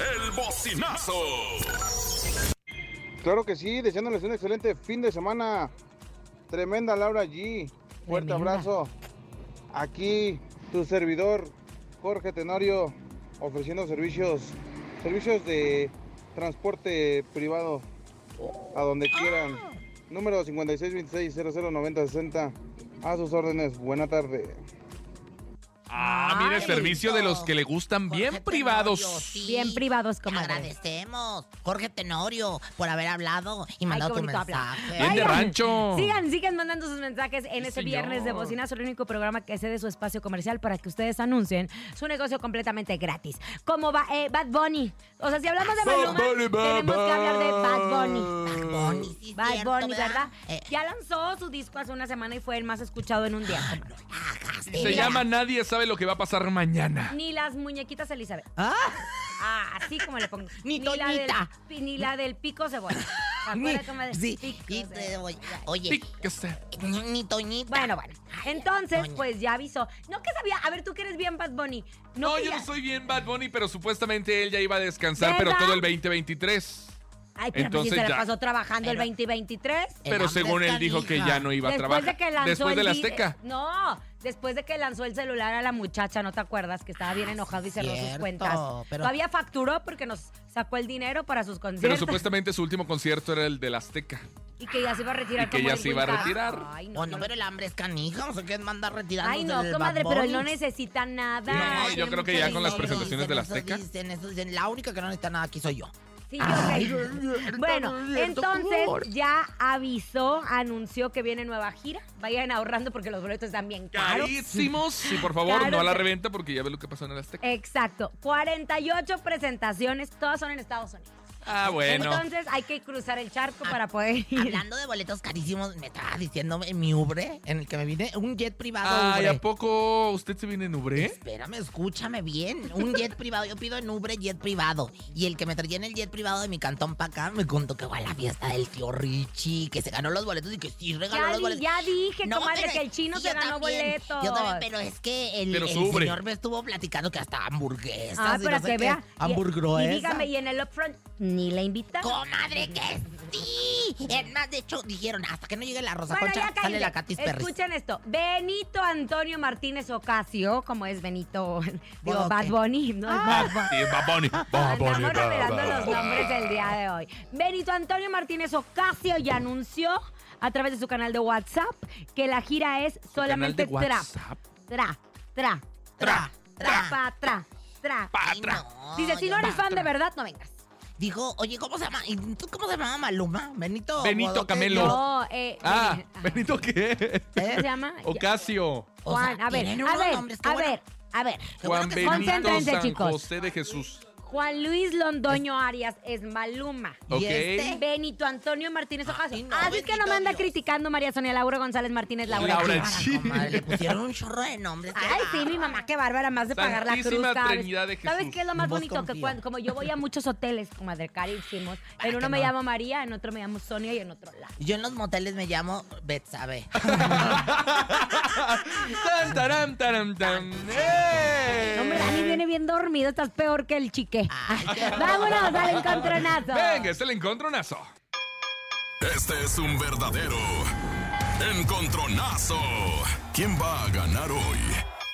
S1: El bocinazo.
S5: Claro que sí, deseándoles un excelente fin de semana. Tremenda Laura G. Fuerte
S2: Tremenda.
S5: abrazo. Aquí tu servidor, Jorge Tenorio, ofreciendo servicios, servicios de transporte privado a donde quieran. Número 5626009060. A sus órdenes. Buena tarde.
S4: Ah, mira,
S3: Ay,
S4: servicio de los que le gustan
S3: Jorge
S4: bien
S3: Tenorio,
S4: privados.
S3: sí.
S2: Bien privados,
S3: Te
S2: comadre.
S3: agradecemos, Jorge Tenorio, por haber hablado y mandado
S2: qué
S3: tu
S2: bonito habla.
S3: mensaje.
S4: Bien de
S2: Oigan,
S4: rancho.
S2: Sigan, sigan mandando sus mensajes en
S4: Sí,
S2: este
S4: señor.
S2: viernes de Bocinazo, el único programa que cede su espacio comercial para que ustedes anuncien su negocio completamente gratis. Como va, eh, Bad Bunny. O sea, si hablamos de
S4: Bad
S2: Maluma,
S4: Bunny, bye,
S2: tenemos que hablar de Bad Bunny.
S3: Bad Bunny, sí,
S2: Bad
S3: cierto,
S2: Bunny, ¿verdad?
S3: Eh,
S2: Ya lanzó su disco hace una semana y fue el más escuchado en un día.
S3: Ah,
S2: comadre.
S3: Cagaste,
S4: Se
S3: mira.
S4: llama Nadie sabe lo que va a pasar mañana.
S2: Ni las muñequitas Elizabeth.
S3: Ah,
S2: Ah, así como le pongo.
S3: Ni
S2: la del,
S3: Toñita.
S2: pi- ni la del pico cebolla. ¿Se
S3: ni-
S2: acuerda, comadre? eh.
S3: sí,
S2: Pico
S3: y te
S2: cebolla.
S3: voy- Oye,
S4: Sí, que sé.
S3: ni, ni Toñita.
S2: Bueno, bueno. Entonces,
S3: Toña.
S2: pues ya avisó. No que sabía. A ver, tú que eres bien Bad Bunny. No,
S4: No,
S2: que
S4: yo
S2: ya-
S4: no soy bien Bad Bunny, pero supuestamente él ya iba a descansar, pero
S2: ¿Verdad?
S4: todo el 2023.
S2: Ay, pero
S4: Entonces
S2: si se la
S4: ya.
S2: pasó trabajando
S3: Pero-
S2: el 2023.
S3: El
S4: Pero
S3: hambre
S4: según
S3: es
S4: él dijo que
S3: canija.
S4: ya no iba a
S2: Después
S4: trabajar.
S2: de que lanzó
S4: Después
S2: el
S4: de la
S2: di- eh,
S4: Azteca.
S2: No, después de que lanzó el celular a la muchacha, ¿no te acuerdas? Que estaba bien enojado y cerró sus
S3: Ah, cierto,
S2: cuentas.
S3: pero-
S2: Todavía facturó porque nos sacó el dinero para sus
S4: Pero
S2: conciertos.
S4: supuestamente su último concierto era el del Azteca.
S2: Y que ya se iba a retirar.
S4: Y que
S2: como
S4: ya
S2: dijo
S4: se iba a
S2: Ibarra.
S4: retirar.
S2: Ay, no,
S3: Oh,
S2: no
S3: no,
S2: lo-
S3: pero el hambre es canija. O sea, que manda retirando.
S2: Ay, no, comadre, pero él no necesita nada.
S4: No, yo creo que ya con las
S3: Eso dicen,
S4: presentaciones de la
S3: eso
S4: Azteca.
S3: Dicen, eso dicen, la única que no necesita nada aquí soy yo.
S2: Sí, yo sé. Bueno, entonces ya avisó, anunció que viene nueva gira. Vayan ahorrando porque los boletos están bien caros.
S4: Carísimos. Y por favor,
S2: Claro,
S4: no a la
S2: sí. Eh,
S4: reventa porque ya ve lo que pasó en el Azteca.
S2: Exacto, 48 presentaciones, todas son en Estados Unidos.
S4: Ah,
S2: eh,
S4: bueno. Ah,
S2: Entonces hay que cruzar el charco para poder ir. Ah,
S3: Hablando de boletos carísimos, me estaba diciendo en mi Ubre, en el que me vine, un jet privado.
S4: Ay,
S3: Ubre.
S4: ¿a poco usted se viene en
S2: ¿Eh?
S4: Ubre?
S3: Espérame, escúchame bien. Un jet privado. Yo pido en Ubre jet privado. Y el que me traía en el jet privado de mi cantón para acá me contó que fue a la fiesta del tío Richie, que se ganó los boletos y que sí regaló
S2: Ya,
S3: los
S2: di-
S3: boletos.
S2: ya dije, comadre,
S3: pero-
S2: que el chino
S3: sí,
S2: se
S3: yo
S2: ganó
S3: también,
S2: boletos.
S3: Yo también, pero es que el,
S4: Pero
S3: el
S4: sube.
S3: señor me estuvo platicando que hasta hamburguesas.
S2: Ah,
S3: y
S2: para
S3: no sé
S2: que
S3: qué,
S2: vea. Y-
S3: hamburguesas.
S2: Y, dígame, y en el upfront ni la invitaron.
S3: ¡Comadre, que sí! Es más, de hecho, dijeron, hasta que no llegue la Rosa
S2: Bueno,
S3: Pues Concha,
S2: ya
S3: sale
S2: cállense.
S3: la Catis Perry.
S2: Escuchen esto. Benito Antonio Martínez Ocasio, como es Benito, digo,
S3: Bueno,
S2: Bad
S3: ok.
S2: Bunny, ¿no?
S4: Ah,
S2: Bad Bunny.
S4: sí, Bad Bunny. Bad
S2: Andamos
S4: Bunny, Bad
S2: revelando los
S4: Bunny.
S2: nombres del día de hoy. Benito Antonio Martínez Ocasio ya anunció a través de su canal de WhatsApp que la gira es solamente
S4: Canal de
S2: trap,
S4: WhatsApp.
S2: tra, tra,
S3: Tra,
S2: tra,
S3: tra,
S2: pa, tra, tra.
S4: Pa,
S3: Ay,
S4: tra.
S3: no,
S2: Dice, si
S3: yo
S2: no eres
S3: pa-
S2: fan de verdad, no vengas.
S3: Dijo, oye, ¿cómo se llama? ¿Y tú cómo se llama Maluma? Benito.
S4: Benito
S3: Bodoque,
S4: Camelo.
S3: yo-
S2: No, eh,
S4: Ah,
S2: Benito- ajá.
S4: ¿Benito qué?
S2: ¿Cómo se llama?
S4: Ocasio.
S3: O sea,
S2: Juan, a ver,
S3: tienen
S2: a
S3: unos
S2: ver,
S3: nombres, qué
S2: a
S3: bueno.
S2: ver, a ver.
S3: Qué bueno
S4: Juan
S3: que se llama-
S4: Benito
S2: Concéntrense,
S4: San
S2: chicos.
S4: José de Jesús.
S2: Juan Luis Londoño Arias es Maluma.
S4: Ok.
S3: este?
S2: Benito Antonio Martínez Ocaso.
S3: Ay, no,
S2: Así es que no
S3: bendito
S2: me anda
S3: Dios.
S2: criticando María Sonia Laura González Martínez Laura.
S4: Laura
S2: Chiva.
S4: Chiva.
S3: Bueno, comadre, le pusieron un chorro de nombres. qué
S2: Ay, sí,
S3: bárbaro.
S2: mi mamá, qué bárbara, más de pagar la cruz.
S4: Santísima
S2: ¿sabes?
S4: Trinidad de
S2: ¿Sabes
S4: Jesús.
S2: qué es lo más
S3: En vos
S2: bonito? Que
S3: confío.
S2: cuando, como yo voy a muchos hoteles, comadre, carísimos, en uno
S3: que
S2: me
S3: no.
S2: llamo María, en otro me llamo Sonia y en otro la.
S3: Yo en los moteles me llamo Betsabe.
S4: Tan, taram, taram, tan. ¡Eh!
S2: No, hombre, Dani viene bien dormido, estás peor que el chique. Vámonos al encontronazo.
S4: Venga, es el encontronazo.
S1: Este es un verdadero encontronazo. ¿Quién va a ganar hoy?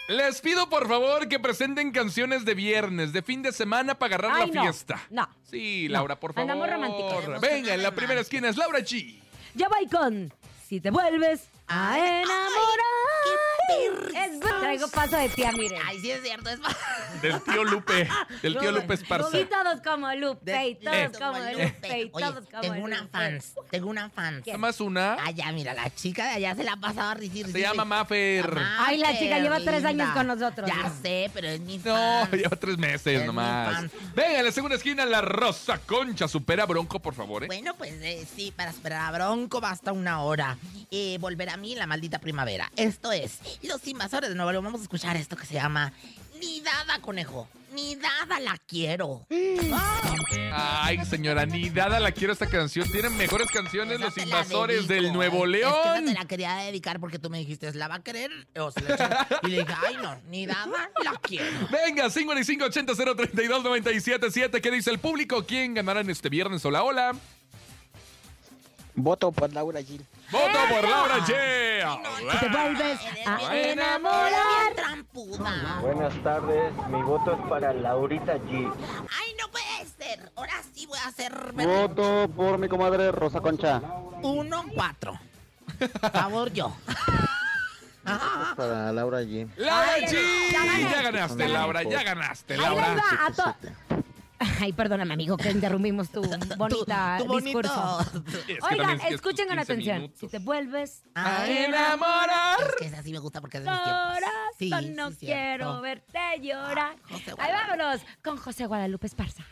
S4: Les pido por favor que presenten canciones de viernes, de fin de semana para agarrar
S2: Ay,
S4: la
S2: no,
S4: fiesta.
S2: no.
S4: Sí, Laura, por favor.
S2: Andamos románticos.
S4: Venga, en la primera esquina es Laura G.
S2: Yo voy con Si te vuelves a
S3: Ay, ay,
S2: enamorar. Es- Traigo paso de tía, miren.
S3: Ay, sí es cierto, es
S4: Del tío Lupe. Del tío Lupe Esparza.
S2: Y todos como Lupe, y
S3: Eh.
S2: todos como Lupe, y
S3: Oye,
S2: todos como
S3: tengo una
S2: Lupe.
S3: fans, tengo una fans.
S4: Nada más una.
S3: Allá, Ah, mira, la chica de allá se la ha pasado a risir.
S4: Se llama Mafer.
S2: Ay, la chica lleva tres años con nosotros.
S3: Ya sé, pero es mi
S4: No,
S3: fan.
S4: lleva tres meses
S3: Es
S4: nomás.
S3: mi
S4: Venga, en la segunda esquina, la Rosa Concha. Supera Bronco, por favor, ¿eh?
S3: Bueno, pues eh, sí, para superar a Bronco basta una hora. Eh, volver a mí la maldita primavera. Esto es Los Invasores de Nuevo León. Vamos a escuchar esto que se llama Ni dada, conejo. Ni dada la quiero.
S2: Mm.
S3: Ah,
S4: Ay, señora, ni dada la quiero esta canción. Tienen mejores canciones
S3: Esa
S4: los
S3: te la
S4: invasores
S3: dedico. ¿eh?
S4: del Nuevo
S3: Es que esa
S4: León.
S3: te la quería dedicar porque tú me dijiste, ¿la va a querer? O se la echa? y le dije, ay, no, ni dada la quiero.
S4: Venga, 5580-032-977. ¿Qué dice el público? ¿Quién ganará en este viernes? Hola, hola.
S6: Voto por Laura Gil.
S4: Voto por Laura G.
S2: Si te vuelves
S3: Eres
S2: a
S3: bien-
S2: enamorar.
S3: eres bien trampuda.
S7: Buenas tardes, mi voto es para Laurita G.
S3: Ay, no puede ser. Ahora sí voy a hacer
S6: Voto por mi comadre Rosa Concha.
S3: uno cuatro. Por favor, yo.
S6: Para Laura G.
S4: Laura
S2: Ay,
S4: G.
S2: ya gané.
S4: Ya ganaste,
S6: Ya
S4: Laura.
S6: gané.
S4: Ya ganaste,
S2: Ahí les
S4: Laura.
S2: va a to- Ay, perdóname, amigo, que interrumpimos tu bonita
S3: Tu- tu bonito-
S2: discurso.
S4: Es que
S2: Oigan,
S4: también es que
S2: escuchen con
S4: 15
S2: atención.
S4: minutos.
S2: Si te vuelves
S4: A
S3: Ay,
S4: enamorar.
S3: Es que esa sí me gusta porque Ah, es de mis tiempos.
S2: Corazón,
S3: Sí, sí,
S2: no
S3: cierto.
S2: quiero verte llorar.
S3: Ah, José
S2: Ahí
S3: Guadalupe.
S2: vámonos con José Guadalupe Esparza.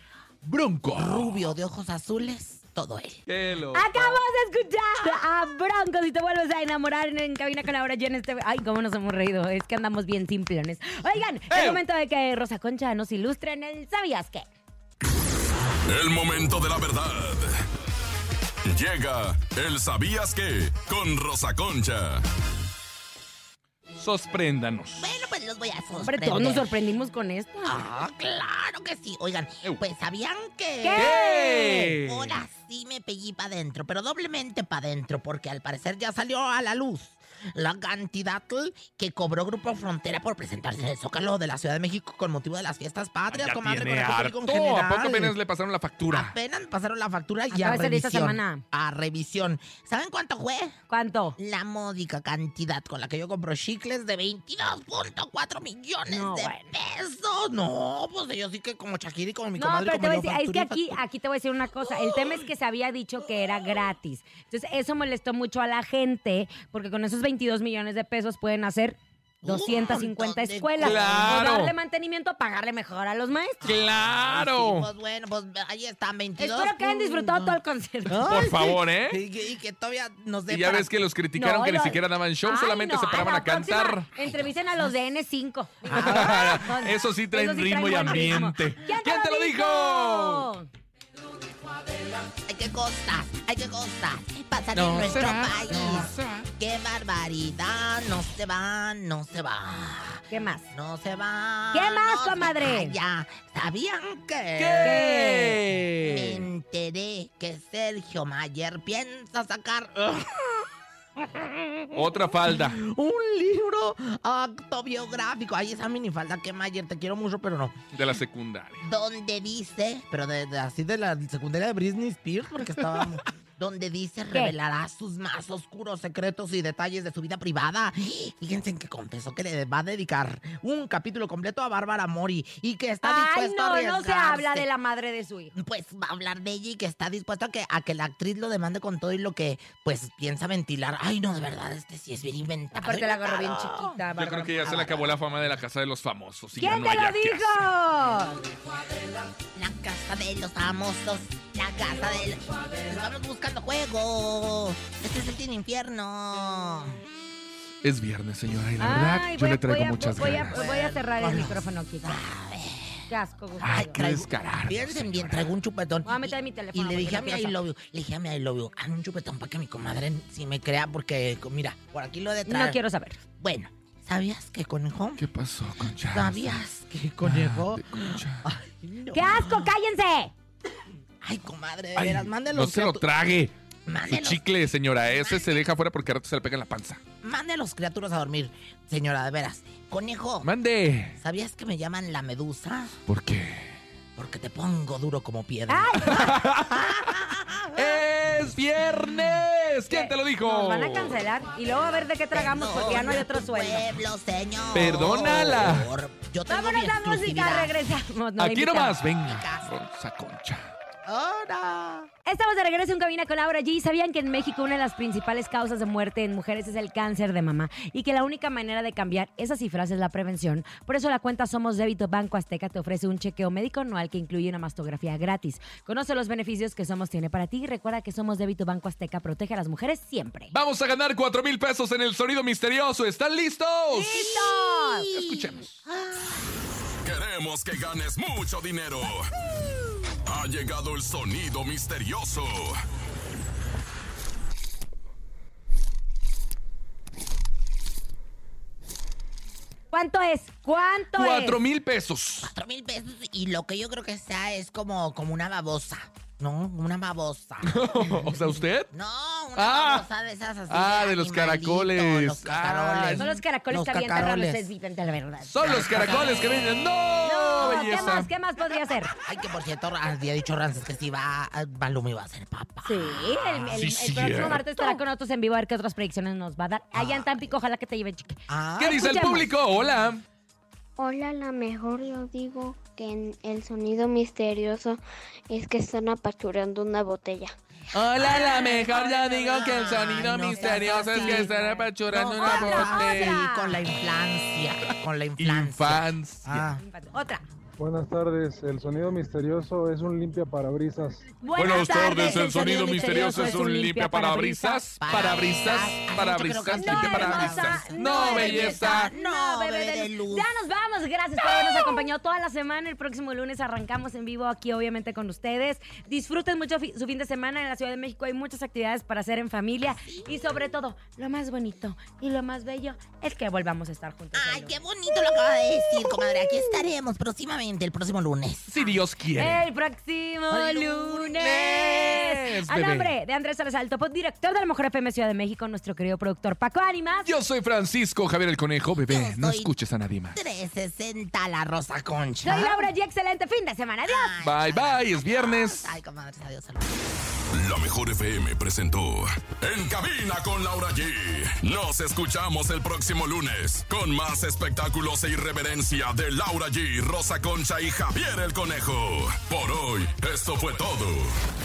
S4: Bronco.
S3: Rubio de ojos azules, todo él.
S4: Que lo-
S2: Acabamos de escuchar a Bronco. Si te vuelves a enamorar en, en cabina con la hora, yo en este. Ay, cómo nos hemos reído. Es que andamos bien simplones. Oigan, es
S4: ¡Eh!
S2: momento de que Rosa Concha nos ilustre en el ¿Sabías qué?
S1: El momento de la verdad. Llega el sabías que con Rosa Concha.
S4: Sospréndanos.
S3: Bueno, pues los voy a
S2: Hombre,
S3: sorprender.
S2: todos nos sorprendimos con esto.
S3: Ah, claro que sí. Oigan,
S4: Eu.
S3: pues sabían que.
S4: ¿Qué?
S3: Ahora sí me pellí para adentro, pero doblemente para adentro, porque al parecer ya salió a la luz la cantidad que cobró Grupo Frontera por presentarse en el Zócalo de la Ciudad de México con motivo de las fiestas patrias,
S4: Ya
S3: comadre,
S4: tiene
S3: con el público en
S4: harto. ¿A
S3: general.
S4: poco apenas le pasaron la factura?
S3: Apenas pasaron la factura y
S2: Acaba
S3: a
S2: de salir esta
S3: revisión.
S2: semana.
S3: A revisión. ¿Saben cuánto fue?
S2: ¿Cuánto?
S3: La módica cantidad con la que yo compro chicles de 22.4 millones
S2: No,
S3: de
S2: bueno.
S3: pesos. No, pues yo sí que como Shakira y como mi
S2: No,
S3: comadre.
S2: pero te
S3: como
S2: voy a decir,
S3: yo,
S2: es que
S3: factura y
S2: aquí,
S3: factura.
S2: aquí te voy a decir una cosa. El tema es que se había dicho que era gratis. Entonces, eso molestó mucho a la gente, porque con esos 22 millones de pesos pueden hacer
S3: Un montón
S2: 250
S3: de
S2: escuelas.
S4: cosas.
S2: O darle mantenimiento, pagarle mejor a los maestros.
S3: Sí,
S2: Ah,
S4: ¡Claro!
S3: pues bueno, pues ahí están 22.
S2: Espero que hayan disfrutado todo el concierto.
S3: Ay,
S4: Por
S3: sí.
S4: favor, ¿eh?
S3: Y que, y que todavía nos dé
S4: Y ya
S3: para-
S4: ves que los criticaron
S2: No,
S4: que ni
S2: lo-
S4: siquiera daban show,
S2: Ay,
S4: solamente
S2: no,
S4: se paraban a,
S2: la próxima
S4: cantar.
S2: Entrevisten a los de N5.
S4: Ah, eso sí traen ritmo y
S2: buen
S4: ambiente.
S2: ¿Quién te, lo
S4: dijo?
S2: dijo?
S3: Hay que cosas, hay que cosas pasan
S4: No
S3: en nuestro
S4: se va,
S3: país.
S4: no se va.
S3: Qué barbaridad, no se va, no se va.
S2: ¿Qué más?
S3: No se va.
S2: ¿Qué más,
S3: no se
S2: comadre?
S3: vaya. ¿Sabían que? Me
S4: ¿Qué?
S3: enteré que Sergio Mayer piensa sacar
S4: Otra falda.
S3: un libro autobiográfico. Ay, esa minifalda que Mayer, te quiero mucho, pero no.
S4: De la secundaria.
S3: donde dice, pero de, de- así de la secundaria de Britney Spears, porque estaba... donde dice revelará sus más oscuros secretos y detalles de su vida privada. Fíjense en que confesó que le va a dedicar un capítulo completo a Bárbara Mori y que está
S2: Ay,
S3: dispuesto a
S2: no, no
S3: arriesgarse.
S2: se habla de la madre de su hijo.
S3: Pues va a hablar de ella y que está dispuesto a que, a que la actriz lo demande con todo y lo que, pues, piensa ventilar. Ay, no, de verdad, este sí es bien inventado.
S2: Aparte la agarró bien
S3: inventado.
S2: chiquita.
S4: Yo creo que ya se le acabó la fama de la casa de los famosos. y ya
S2: ¿Quién
S4: no
S2: te lo
S4: había qué hacer.
S2: dijo?
S3: casa de los famosos, la casa de los... Estamos buscando juego. Este es el Team Infierno.
S4: Es viernes, señora, y la verdad, yo
S2: voy
S4: le
S2: a-
S4: traigo
S2: voy a-
S4: muchas
S2: voy a,
S4: ganas.
S2: voy a cerrar el
S3: Vamos.
S2: micrófono, Kika. Qué asco, Gustavo.
S3: Ay,
S4: Qué descarada.
S3: Piensen bien, traigo un chupetón.
S2: Voy a meter
S3: Y-
S2: mi teléfono,
S3: Y le dije a mi
S2: porque no
S3: I
S2: quiero
S3: love you, le dije a mi I love you, haz un chupetón para que mi comadre si me crea, porque mira, por aquí lo de traer.
S2: no quiero saber.
S3: Bueno, ¿sabías que conejo?
S4: ¿Qué pasó, Concha?
S3: ¿Sabías que
S4: Ah,
S3: conejo?
S4: de Concha.
S2: Ah,
S3: Ay, no.
S2: ¡Qué asco! ¡Cállense!
S3: Ay, comadre, de
S4: Ay,
S3: veras, mándelo.
S4: no se lo trague. Su
S3: Mándelos,
S4: chicle, señora. Ese se deja fuera porque a rato se le pega en la panza.
S3: mándelos criaturas a dormir, señora, de veras. Conejo,
S4: Mande.
S3: ¿sabías que me llaman la medusa?
S4: ¿Por qué?
S3: Porque te pongo duro como piedra.
S4: ¡Es viernes! ¿Quién te lo dijo?
S2: Nos van a cancelar y luego a ver de qué tragamos porque ya no hay otro
S3: Perdona tu
S2: sueldo.
S3: Pueblo, señor.
S4: Perdónala.
S3: Yo tengo
S2: Vámonos
S3: mi
S2: a música,
S3: exclusividad.
S2: regresamos. no la
S4: Aquí
S2: invitamos.
S4: nomás, venga. Rosa Concha.
S3: Ahora.
S2: Estamos de regreso en Cabina con Laura G. ¿Sabían que en México una de las principales causas de muerte en mujeres es el cáncer de mamá? Y que la única manera de cambiar esas cifras es la prevención. Por eso la cuenta Somos Débito Banco Azteca te ofrece un chequeo médico anual que incluye una mastografía gratis. Conoce los beneficios que Somos tiene para ti y recuerda que Somos Débito Banco Azteca protege a las mujeres siempre.
S4: Vamos a ganar 4 mil pesos en el sonido misterioso. ¿Están listos?
S2: ¡Listos!
S4: Escuchemos.
S1: Queremos que ganes mucho dinero. Ha llegado el sonido misterioso.
S2: ¿Cuánto es? ¿Cuánto
S4: Cuatro
S2: es?
S4: mil pesos.
S3: Cuatro mil pesos y lo que yo creo que sea es como, como una babosa. No, una babosa.
S4: o sea, ¿usted?
S3: No, una
S4: Ah.
S3: babosa de esas así.
S4: Ah, de los
S3: animalito,
S4: caracoles. Ah.
S3: Los caracoles.
S2: Son los caracoles
S3: Los
S2: que avientan a los
S3: cacaroles.
S2: desviven de la verdad.
S4: Son los caracoles que vienen. ¡No!
S2: No, ¿Qué
S4: belleza.
S2: más? ¿Qué más podría ser?
S3: Ay, que por cierto, ah, había dicho Rances que si va, Balumi va a ser papá.
S2: Sí, el, el-
S4: Sí,
S2: el próximo
S4: cierto. Ah.
S2: martes estará con nosotros en vivo a ver qué otras predicciones nos va a dar. Allá en Tampico, ojalá que te lleven chique.
S3: Ah,
S4: ¿Qué dice el
S2: Escuchemos.
S4: público? Hola.
S8: Hola, la mejor yo digo que en- el sonido misterioso es que están apachurando una botella.
S4: Hola, la
S3: mejor, ya digo que el sonido
S4: sonido
S3: misterioso es que están
S4: apachurando
S3: una
S2: botella.
S3: con la inflancia. Con la inflancia.
S4: Infancia.
S3: Ah.
S2: Otra.
S9: Buenas tardes, el sonido misterioso es un limpia parabrisas.
S4: Buenas tardes, el sonido misterioso es un limpia parabrisas, parabrisas,
S3: parabrisas,
S4: parabrisas,
S2: No,
S4: limpia
S2: hermosa,
S4: parabrisas. No, belleza.
S2: No, bebé de luz. Ya nos vamos. Gracias por habernos acompañado toda la semana. El próximo lunes arrancamos en vivo aquí, obviamente, con ustedes. Disfruten mucho fi- su fin de semana. En la Ciudad de México hay muchas actividades para hacer en familia. Y sobre todo, lo más bonito y lo más bello es que volvamos a estar juntos. el
S3: Ay,
S2: lunes.
S3: qué bonito lo acaba de decir, comadre. Aquí estaremos próximamente, el próximo lunes.
S4: Si Dios quiere.
S2: El próximo lunes.
S4: Lunes,
S2: A
S4: bebé.
S2: nombre de Andrés Salazar, topo director de la Mejor FM Ciudad de México, nuestro querido productor Paco Ánimas.
S4: Yo soy Francisco Javier el Conejo,
S3: Yo
S4: bebé. No
S3: soy-
S4: escuches a nadie más.
S3: 360 la rosa
S2: Soy
S3: concha.
S2: Laura G. Excelente fin de semana. Adiós.
S4: Bye, bye. Es viernes.
S3: Ay, comadre, adiós. saludos.
S1: La mejor FM presentó En cabina con Laura G. Nos escuchamos el próximo lunes con más espectáculos e irreverencia de Laura G, Rosa Concha y Javier el Conejo. Por hoy, esto fue todo.